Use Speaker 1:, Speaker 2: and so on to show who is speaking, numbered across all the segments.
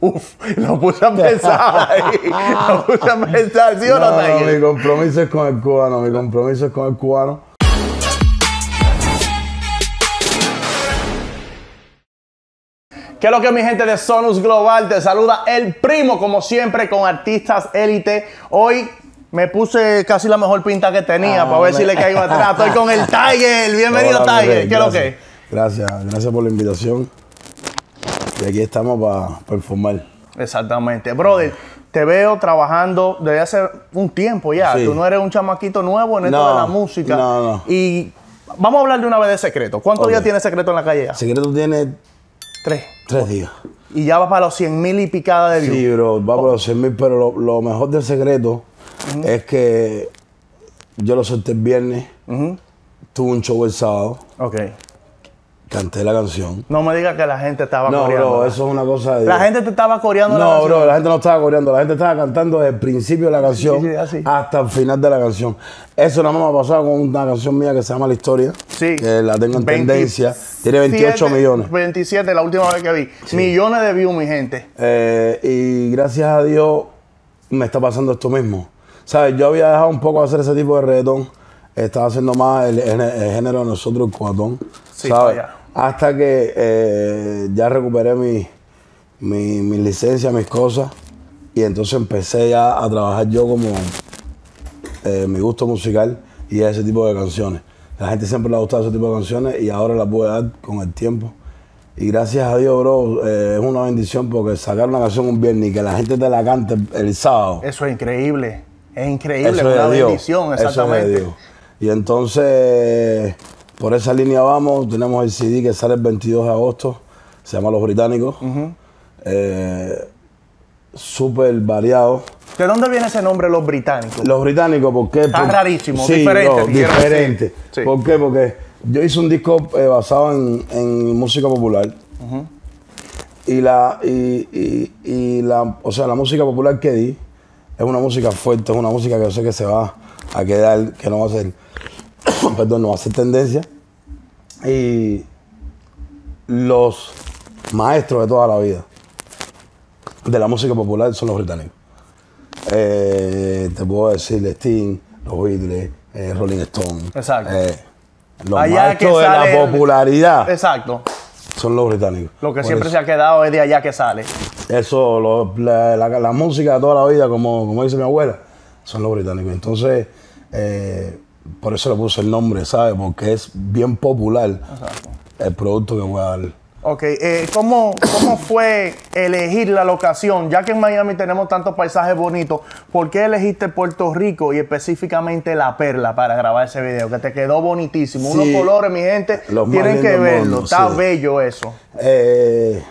Speaker 1: Uf, lo puse a pensar ahí. Lo puse a pensar, ¿sí o no,
Speaker 2: No, no, mi
Speaker 1: Tiger?
Speaker 2: compromiso es con el cubano, mi compromiso es con el cubano.
Speaker 1: ¿Qué es lo que mi gente de Sonus Global? Te saluda el primo, como siempre, con artistas élite. Hoy me puse casi la mejor pinta que tenía
Speaker 2: Ah,
Speaker 1: para ver
Speaker 2: me-
Speaker 1: si le caigo atrás. Estoy con el Tiger. Bienvenido,
Speaker 2: Hola,
Speaker 1: Tiger.
Speaker 2: Miguel,
Speaker 1: ¿Qué es lo
Speaker 2: gracias.
Speaker 1: que es?
Speaker 2: Gracias, gracias por la invitación. Y aquí estamos para performar.
Speaker 1: Exactamente. Brother, te veo trabajando desde hace un tiempo ya.
Speaker 2: Sí.
Speaker 1: Tú no eres un chamaquito nuevo en esto
Speaker 2: No,
Speaker 1: de la música.
Speaker 2: no, no.
Speaker 1: Y vamos a hablar de una vez de secreto. ¿Cuántos
Speaker 2: Ok.
Speaker 1: días tiene secreto en la calle ya?
Speaker 2: Secreto tiene
Speaker 1: Tres.
Speaker 2: tres días.
Speaker 1: Y ya vas para los 100 mil y picada de views.
Speaker 2: Sí, bro, va por los 100 mil, pero lo, lo mejor del secreto es que yo lo solté el viernes, tuve un show el sábado,
Speaker 1: Ok.
Speaker 2: canté la canción.
Speaker 1: No me digas que la gente estaba
Speaker 2: No,
Speaker 1: coreando.
Speaker 2: bro, eso es una cosa de...
Speaker 1: La gente te estaba coreando la
Speaker 2: No,
Speaker 1: canción.
Speaker 2: bro, la gente no estaba coreando, la gente estaba cantando desde el principio de la canción
Speaker 1: sí, así.
Speaker 2: hasta el final de la canción. Eso nada más me ha pasado con una canción mía que se llama La Historia,
Speaker 1: Sí.
Speaker 2: que la tengo en
Speaker 1: 20
Speaker 2: tendencia, tiene 28
Speaker 1: siete-
Speaker 2: millones.
Speaker 1: 27, la última vez que vi. Millones de views, mi gente.
Speaker 2: Eh, y gracias a Dios me está pasando esto mismo. ¿Sabes? Yo había dejado un poco de hacer ese tipo de reggaetón. Estaba haciendo más el, el- el género de nosotros, el cuatón.
Speaker 1: Sí,
Speaker 2: ¿Sabes?
Speaker 1: para allá.
Speaker 2: Hasta que eh, ya recuperé mi, mi, mi licencia, mis cosas. Y entonces empecé ya a trabajar yo como eh, mi gusto musical y ese tipo de canciones. La gente siempre le ha gustado ese tipo de canciones y ahora las puedo dar con el tiempo. Y gracias a Dios, bro, eh, es una bendición porque sacar una canción un viernes y que la gente te la cante el sábado.
Speaker 1: Eso es increíble. Es increíble.
Speaker 2: eso
Speaker 1: una
Speaker 2: es de Dios,
Speaker 1: bendición,
Speaker 2: eso es de
Speaker 1: exactamente.
Speaker 2: Dios. Y entonces, por esa línea vamos. Tenemos el CD que sale el 22 de agosto. Se llama Los Británicos. Eh, Súper variado.
Speaker 1: ¿De dónde viene ese nombre, los británicos?
Speaker 2: Los británicos, ¿por qué?
Speaker 1: Está
Speaker 2: Por-
Speaker 1: rarísimo,
Speaker 2: sí,
Speaker 1: diferente,
Speaker 2: no,
Speaker 1: te quiero
Speaker 2: diferente.
Speaker 1: decir. Sí.
Speaker 2: ¿Por qué? Porque yo hice un disco eh, basado en, en música popular. Y la, y, y- y la, o sea, la música popular que di es una música fuerte, es una música que yo sé que se va a quedar, que no va a ser, perdón, no va a ser tendencia. Y los maestros de toda la vida de la música popular son los británicos. Eh, te puedo decir Sting, los Beatles, eh, Rolling Stone.
Speaker 1: Exacto.
Speaker 2: eh, los
Speaker 1: Allá es que
Speaker 2: maestros de
Speaker 1: sale
Speaker 2: la
Speaker 1: el-
Speaker 2: popularidad
Speaker 1: Exacto.
Speaker 2: son los británicos.
Speaker 1: Lo que
Speaker 2: Ah. Por
Speaker 1: siempre
Speaker 2: eso,
Speaker 1: se ha quedado es de allá que sale.
Speaker 2: eso, lo- la, la- la música de toda la vida, como, como dice mi abuela, son los británicos. Entonces, eh, por eso le puse el nombre, ¿sabes? Porque es bien popular el producto que voy a dar.
Speaker 1: Ok, eh, ¿cómo, ¿cómo fue elegir la locación? Ya que en Miami tenemos tantos paisajes bonitos, ¿por qué elegiste Puerto Rico y específicamente La Perla para grabar ese video? Que te quedó bonitísimo.
Speaker 2: Sí.
Speaker 1: Unos colores, mi gente,
Speaker 2: Los más
Speaker 1: tienen que
Speaker 2: lindos
Speaker 1: verlo.
Speaker 2: mundos,
Speaker 1: Está
Speaker 2: sí.
Speaker 1: bello eso.
Speaker 2: Eh,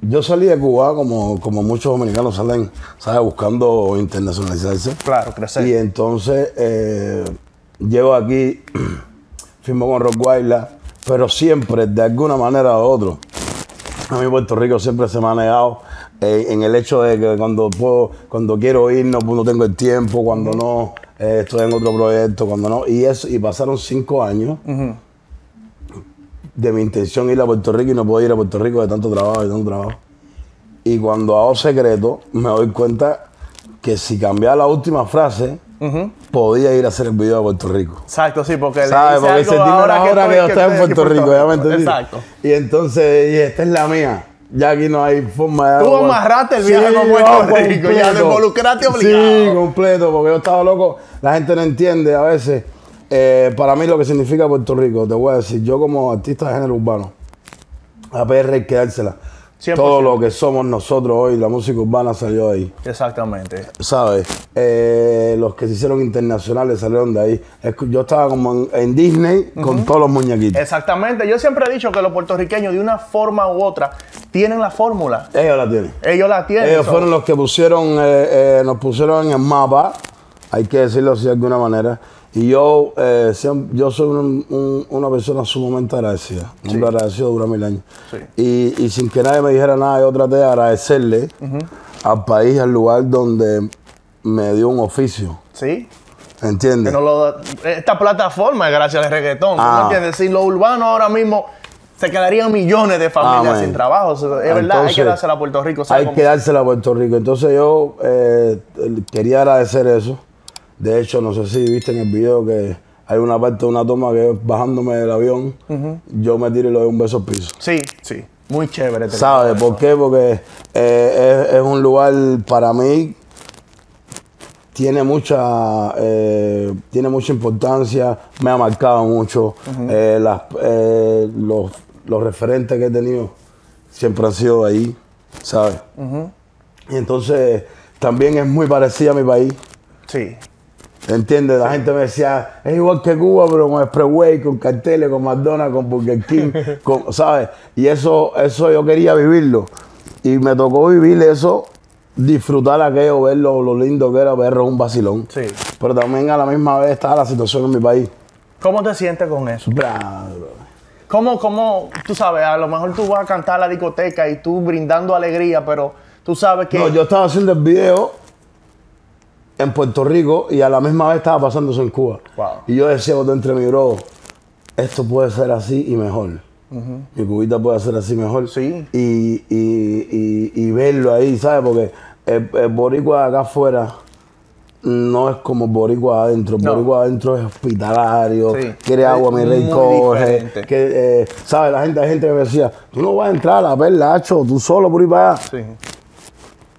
Speaker 2: yo salí de Cuba como, como muchos dominicanos salen, ¿sabes? Buscando internacionalizarse.
Speaker 1: Claro, crecer.
Speaker 2: Y entonces eh, llego aquí, firmo con Rockwaila, pero siempre, de alguna manera u otro, a mí Puerto Rico siempre se me ha negado eh, en el hecho de que cuando puedo, cuando quiero ir no, no tengo el tiempo, cuando no eh, estoy en otro proyecto, cuando no. Y eso, y pasaron cinco años de mi intención ir a Puerto Rico y no puedo ir a Puerto Rico de tanto trabajo, de tanto trabajo. Y cuando hago secreto, me doy cuenta que si cambiaba la última frase, podía ir a hacer el video a Puerto Rico.
Speaker 1: Exacto, sí, porque le
Speaker 2: ¿Sabes?
Speaker 1: dice
Speaker 2: Porque
Speaker 1: algo
Speaker 2: sentí ahora,
Speaker 1: ahora que
Speaker 2: que, yo
Speaker 1: estoy-
Speaker 2: estaba en
Speaker 1: estoy
Speaker 2: Puerto Rico, ya me entendí.
Speaker 1: Exacto.
Speaker 2: Y entonces dije, esta es la mía. Ya aquí no hay forma de.
Speaker 1: Tú amarraste el viaje con
Speaker 2: yo
Speaker 1: Puerto Rico, ya
Speaker 2: completo.
Speaker 1: te involucraste
Speaker 2: Sí,
Speaker 1: obligado.
Speaker 2: completo, porque yo estaba loco. La gente no entiende a veces. eh, para mí lo que significa Puerto Rico, te voy a decir, yo como artista de género urbano, a PR hay que dársela.
Speaker 1: 100%.
Speaker 2: Todo lo que somos nosotros hoy, la música urbana salió de ahí.
Speaker 1: Exactamente.
Speaker 2: ¿sabes? Eh, los que se hicieron internacionales salieron de ahí. Es que Yo estaba como en, en Disney con todos los muñequitos.
Speaker 1: Exactamente. Yo siempre he dicho que los puertorriqueños, de una forma u otra, tienen la fórmula.
Speaker 2: Ellos la tienen.
Speaker 1: Ellos la tienen.
Speaker 2: Ellos
Speaker 1: so-
Speaker 2: fueron los que pusieron, eh, eh, nos pusieron en el mapa, hay que decirlo así de alguna manera. Y yo, eh, siem- yo soy un- un- una persona sumamente agradecida. Un hombre agradecido dura mil años. Y, y sin que nadie me dijera nada, yo traté de agradecerle al país, al lugar donde me dio un oficio.
Speaker 1: Sí. Que
Speaker 2: ¿Entiendes?
Speaker 1: no lo- esta plataforma es gracias al reggaetón. ¿Tú me
Speaker 2: Ah.
Speaker 1: entiendes? Si lo urbano ahora mismo se quedarían millones de familias
Speaker 2: Amén.
Speaker 1: sin trabajo. Es verdad, hay que
Speaker 2: Entonces,
Speaker 1: dársela a Puerto Rico. ¿sabe
Speaker 2: Hay
Speaker 1: cómo?
Speaker 2: que dársela a Puerto Rico. Entonces yo eh, quería agradecer eso. De hecho, no sé si viste en el video que hay una parte de una toma que es bajándome del avión, yo me tiro y le doy un beso al piso.
Speaker 1: Sí, sí. Muy chévere. te
Speaker 2: ¿Sabes
Speaker 1: recuerdo
Speaker 2: por qué? Porque eh, es, es un lugar para mí tiene mucha eh, tiene mucha importancia, me ha marcado mucho Eh, las- eh, los, los referentes que he tenido siempre han sido de ahí, ¿sabes? Y entonces también es muy parecida a mi país.
Speaker 1: eso. Sí.
Speaker 2: ¿Entiendes? La gente me decía, es igual que Cuba, pero con Expressway, con carteles, con McDonald's, con Burger King, con- ¿sabes? Y eso, eso yo quería vivirlo. Y me tocó vivir eso, disfrutar aquello, ver lo, lo lindo que era, verlo un vacilón.
Speaker 1: Sí.
Speaker 2: Pero también a la misma vez estaba la situación en mi país.
Speaker 1: ¿Cómo te sientes con eso?
Speaker 2: Bra, bro.
Speaker 1: ¿Cómo, cómo, tú sabes, a lo mejor tú vas a cantar a la discoteca y tú brindando alegría, pero tú sabes que...
Speaker 2: No, yo estaba haciendo el video en Puerto Rico y a la misma vez estaba pasando eso en Cuba.
Speaker 1: Wow.
Speaker 2: Y yo decía bote entre mi bro, esto puede ser así y mejor. Mi cubita puede ser así mejor.
Speaker 1: Sí.
Speaker 2: Y, y- y- y verlo ahí, ¿sabes? Porque el, el boricua de acá afuera no es como el boricua adentro. El
Speaker 1: No.
Speaker 2: boricua adentro es hospitalario,
Speaker 1: Sí.
Speaker 2: quiere
Speaker 1: Es
Speaker 2: agua, mi rey
Speaker 1: muy
Speaker 2: coge.
Speaker 1: diferente.
Speaker 2: Que, eh, ¿Sabes? La gente, hay gente que me decía, tú no vas a entrar a la perla, hacho, tú solo por ahí para allá.
Speaker 1: Sí.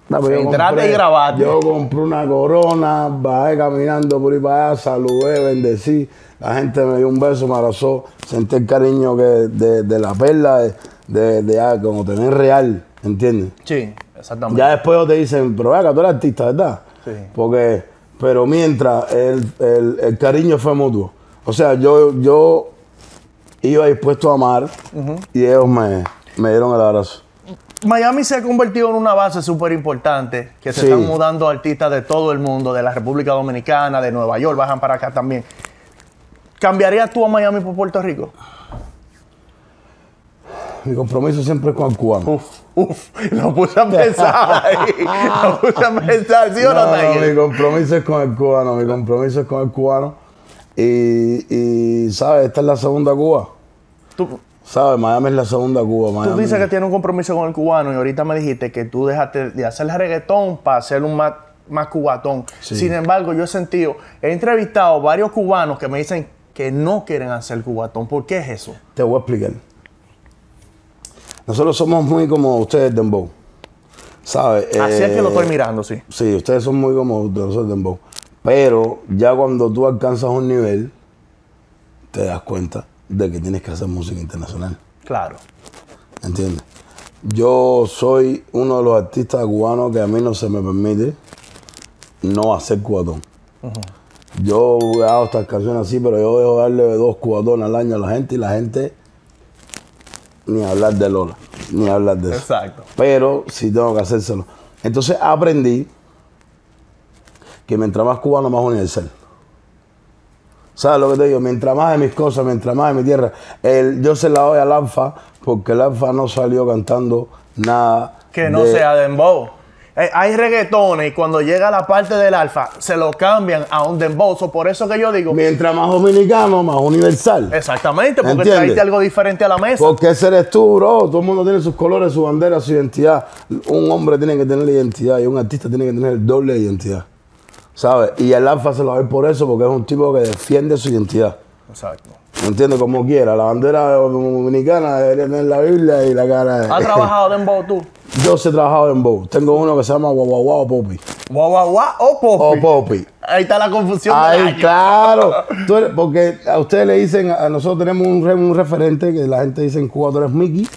Speaker 2: No, pero yo
Speaker 1: Entrate
Speaker 2: compré-
Speaker 1: y grabate.
Speaker 2: Yo compré una corona, bajé caminando por ahí para allá, saludé, bendecí. La gente me dio un beso, me abrazó. Sentí el cariño que de, de la perla, de, de, de ah, como tener real, ¿entiendes?
Speaker 1: Sí, exactamente.
Speaker 2: Ya después te dicen, pero venga, tú eres artista, ¿verdad?
Speaker 1: Sí.
Speaker 2: Porque, pero mientras el, el- el cariño fue mutuo. O sea, yo, yo iba dispuesto a amar y ellos me, me dieron el abrazo.
Speaker 1: Miami se ha convertido en una base súper importante, que se
Speaker 2: Sí.
Speaker 1: están mudando artistas de todo el mundo, de la República Dominicana, de Nueva York, bajan para acá también. ¿Cambiarías tú a Miami por Puerto Rico?
Speaker 2: Mi compromiso siempre es con el cubano.
Speaker 1: Uf, uf, lo puse a pensar ahí. Lo puse a pensar, ¿sí o no,
Speaker 2: No, no,
Speaker 1: Tiger?
Speaker 2: mi compromiso es con el cubano, mi compromiso es con el cubano. Y, y ¿sabes? Esta es la segunda Cuba.
Speaker 1: Tú,
Speaker 2: ¿Sabes? Miami es la segunda Cuba, Miami.
Speaker 1: tú dices que tienes un compromiso con el cubano y ahorita me dijiste que tú dejaste de hacer reggaetón para hacer un más, más cubatón.
Speaker 2: Sí.
Speaker 1: Sin embargo, yo he sentido, he entrevistado varios cubanos que me dicen que no quieren hacer cubatón. ¿Por qué es eso?
Speaker 2: Te voy a explicar. Nosotros somos muy como ustedes, Dembow. ¿Sabes?
Speaker 1: Así es que lo
Speaker 2: Eh,
Speaker 1: estoy mirando, sí.
Speaker 2: Sí, ustedes son muy como de nosotros Dembow. Pero ya cuando tú alcanzas un nivel, te das cuenta de que tienes que hacer música internacional.
Speaker 1: Claro.
Speaker 2: ¿Entiendes? Yo soy uno de los artistas cubanos que a mí no se me permite no hacer cubatón. Yo hago estas canciones así, pero yo dejo darle dos cubatones al año a la gente y la gente ni hablar de Lola, ni hablar de eso.
Speaker 1: Exacto.
Speaker 2: Pero sí tengo que hacérselo. Entonces aprendí que mientras más cubano, más universal. ¿Sabes lo que te digo? Mientras más de mis cosas, mientras más de mi tierra. El, yo se la doy al Alfa porque el Alfa no salió cantando nada.
Speaker 1: Que no
Speaker 2: de-
Speaker 1: sea dembow. Eh, hay reggaetones y cuando llega la parte del alfa se lo cambian a un dembow. So, por eso que yo digo,
Speaker 2: Mientras más dominicano, más universal.
Speaker 1: exactamente, porque
Speaker 2: ¿Entiendes?
Speaker 1: traíste algo diferente a la mesa.
Speaker 2: Porque ese eres tú, bro. Todo el mundo tiene sus colores, su bandera, su identidad. Un hombre tiene que tener identidad y un artista tiene que tener el doble de identidad. ¿Sabes? Y el Alfa se lo va a ver por eso, porque es un tipo que defiende su identidad.
Speaker 1: Exacto.
Speaker 2: ¿Me entiendes? Como quiera. La bandera dominicana debería tener la Biblia y la cara de...
Speaker 1: ¿Has trabajado dembow tú?
Speaker 2: Yo sí he trabajado en Bow. Tengo uno que se llama Guau Guau Guau Popi.
Speaker 1: Guau, guau, guau, o
Speaker 2: O
Speaker 1: popi.
Speaker 2: Popi.
Speaker 1: Ahí está la confusión. del
Speaker 2: Oh. Ay,
Speaker 1: año.
Speaker 2: claro. Tú eres- porque a ustedes le dicen, a nosotros tenemos un, re- un referente que la gente dice en Cuba, tú eres Mickey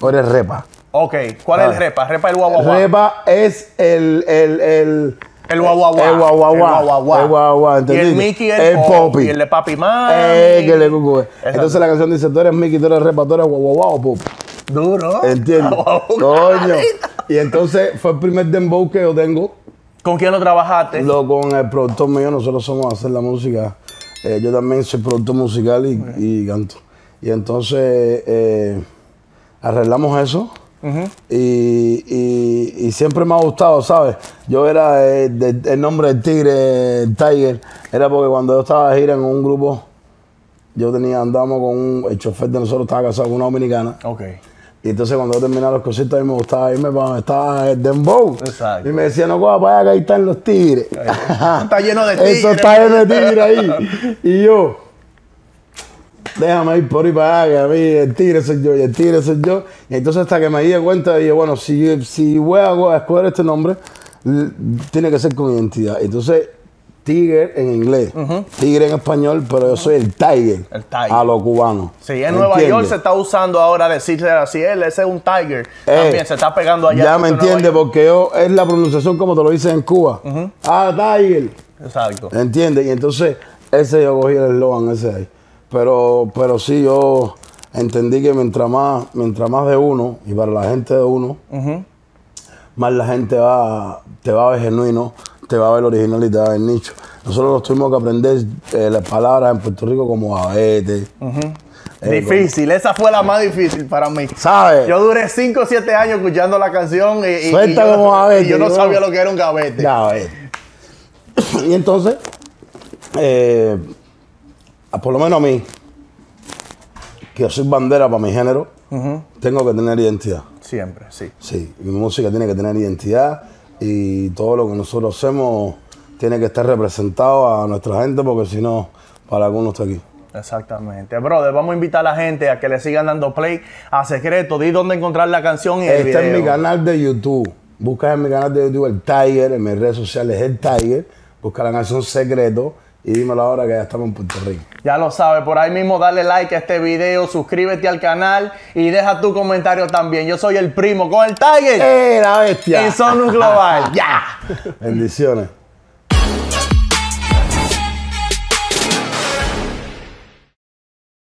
Speaker 2: o eres Repa.
Speaker 1: Ok, ¿cuál es el
Speaker 2: Ah.
Speaker 1: repa? Repa el guau, guau, guau.
Speaker 2: Reba es el. El, el,
Speaker 1: El guau, guau, guau.
Speaker 2: El guau, guau,
Speaker 1: El
Speaker 2: guau.
Speaker 1: guau, guau, guau.
Speaker 2: El guau, guau,
Speaker 1: Y el
Speaker 2: ¿entendiste?
Speaker 1: Mickey el,
Speaker 2: El
Speaker 1: popi.
Speaker 2: popi.
Speaker 1: Y el de papi mami.
Speaker 2: Eh, que le cucu.
Speaker 1: Exacto.
Speaker 2: Entonces la canción dice: Tú eres Mickey, tú eres Repa, tú eres guau, guau, guau, pop.
Speaker 1: Duro.
Speaker 2: ¿Entiendes?
Speaker 1: Guau, guau, guau.
Speaker 2: Coño. Y entonces fue el primer dembow que yo tengo.
Speaker 1: ¿Con quién lo trabajaste?
Speaker 2: Lo con el productor mío, nosotros somos a hacer la música. Eh, yo también soy productor musical y, y canto. Y entonces eh, arreglamos eso. y, y- y siempre me ha gustado, ¿sabes? Yo era eh, de- el nombre del tigre, el Tiger, era porque cuando yo estaba de gira en un grupo yo tenía, andamos con un, el chofer de nosotros estaba casado con una dominicana.
Speaker 1: Ok.
Speaker 2: Y entonces cuando yo terminaba los cositos, a mí me gustaba irme para donde estaba el Dembow.
Speaker 1: Exacto.
Speaker 2: Y me decía, no coja para allá, que ahí están los tigres.
Speaker 1: está lleno de
Speaker 2: Eso
Speaker 1: tigres.
Speaker 2: está lleno de tigres ahí. Y yo, déjame ir por ahí para allá, que a mí el tigre soy yo y el tigre soy yo. Y entonces hasta que me di cuenta, dije, bueno, si, si voy a escoger este nombre, l- tiene que ser con identidad. Entonces, tigre en inglés, tigre en español, pero yo soy el tiger,
Speaker 1: El tiger.
Speaker 2: a lo cubano.
Speaker 1: Sí, en Nueva
Speaker 2: ¿Entiendes?
Speaker 1: York se está usando ahora decirle así, él, ese es un Tiger.
Speaker 2: Eh,
Speaker 1: También se está pegando allá.
Speaker 2: Ya
Speaker 1: porque
Speaker 2: me
Speaker 1: Nueva
Speaker 2: entiende,
Speaker 1: York-
Speaker 2: porque yo, es la pronunciación como te lo dicen en Cuba. Ah, Tiger.
Speaker 1: Exacto.
Speaker 2: ¿Entiendes? Y entonces, ese yo cogí el eslogan ese ahí. Pero, pero sí, yo entendí que mientras más, mientras más de uno, y para la gente de uno, más la gente va, te va a ver genuino, te va a ver original y te va a ver nicho. Nosotros nos tuvimos que aprender eh, las palabras en Puerto Rico como avete. eh,
Speaker 1: difícil, esa fue la más difícil para mí.
Speaker 2: ¿Sabes?
Speaker 1: Yo duré 5 o 7 años escuchando la canción y, y- y
Speaker 2: Suelta
Speaker 1: yo,
Speaker 2: como gavete,
Speaker 1: y yo no
Speaker 2: yo-
Speaker 1: sabía lo que era un gavete.
Speaker 2: Ya, a ver. Y entonces, eh, a- por lo menos a mí, que yo soy bandera para mi género, tengo que tener identidad.
Speaker 1: Siempre, sí.
Speaker 2: Sí, mi música tiene que tener identidad y todo lo que nosotros hacemos tiene que estar representado a nuestra gente porque si no, para algunos está aquí.
Speaker 1: Exactamente. Brother, vamos a invitar a la gente a que le sigan dando play a Secreto. Di dónde encontrar la canción y el
Speaker 2: Está en
Speaker 1: video.
Speaker 2: Este mi canal de YouTube. Buscas en mi canal de YouTube el Tiger, en mis redes sociales el Tiger. Busca la canción Secreto y dímelo ahora que ya estamos en Puerto Rico.
Speaker 1: Ya lo sabes, por ahí mismo dale like a este video, suscríbete al canal y deja tu comentario también. Yo soy el primo con el Tiger
Speaker 2: ¡Eh, la bestia!
Speaker 1: en Sonus É Global. ¡Ya!
Speaker 2: Bendiciones.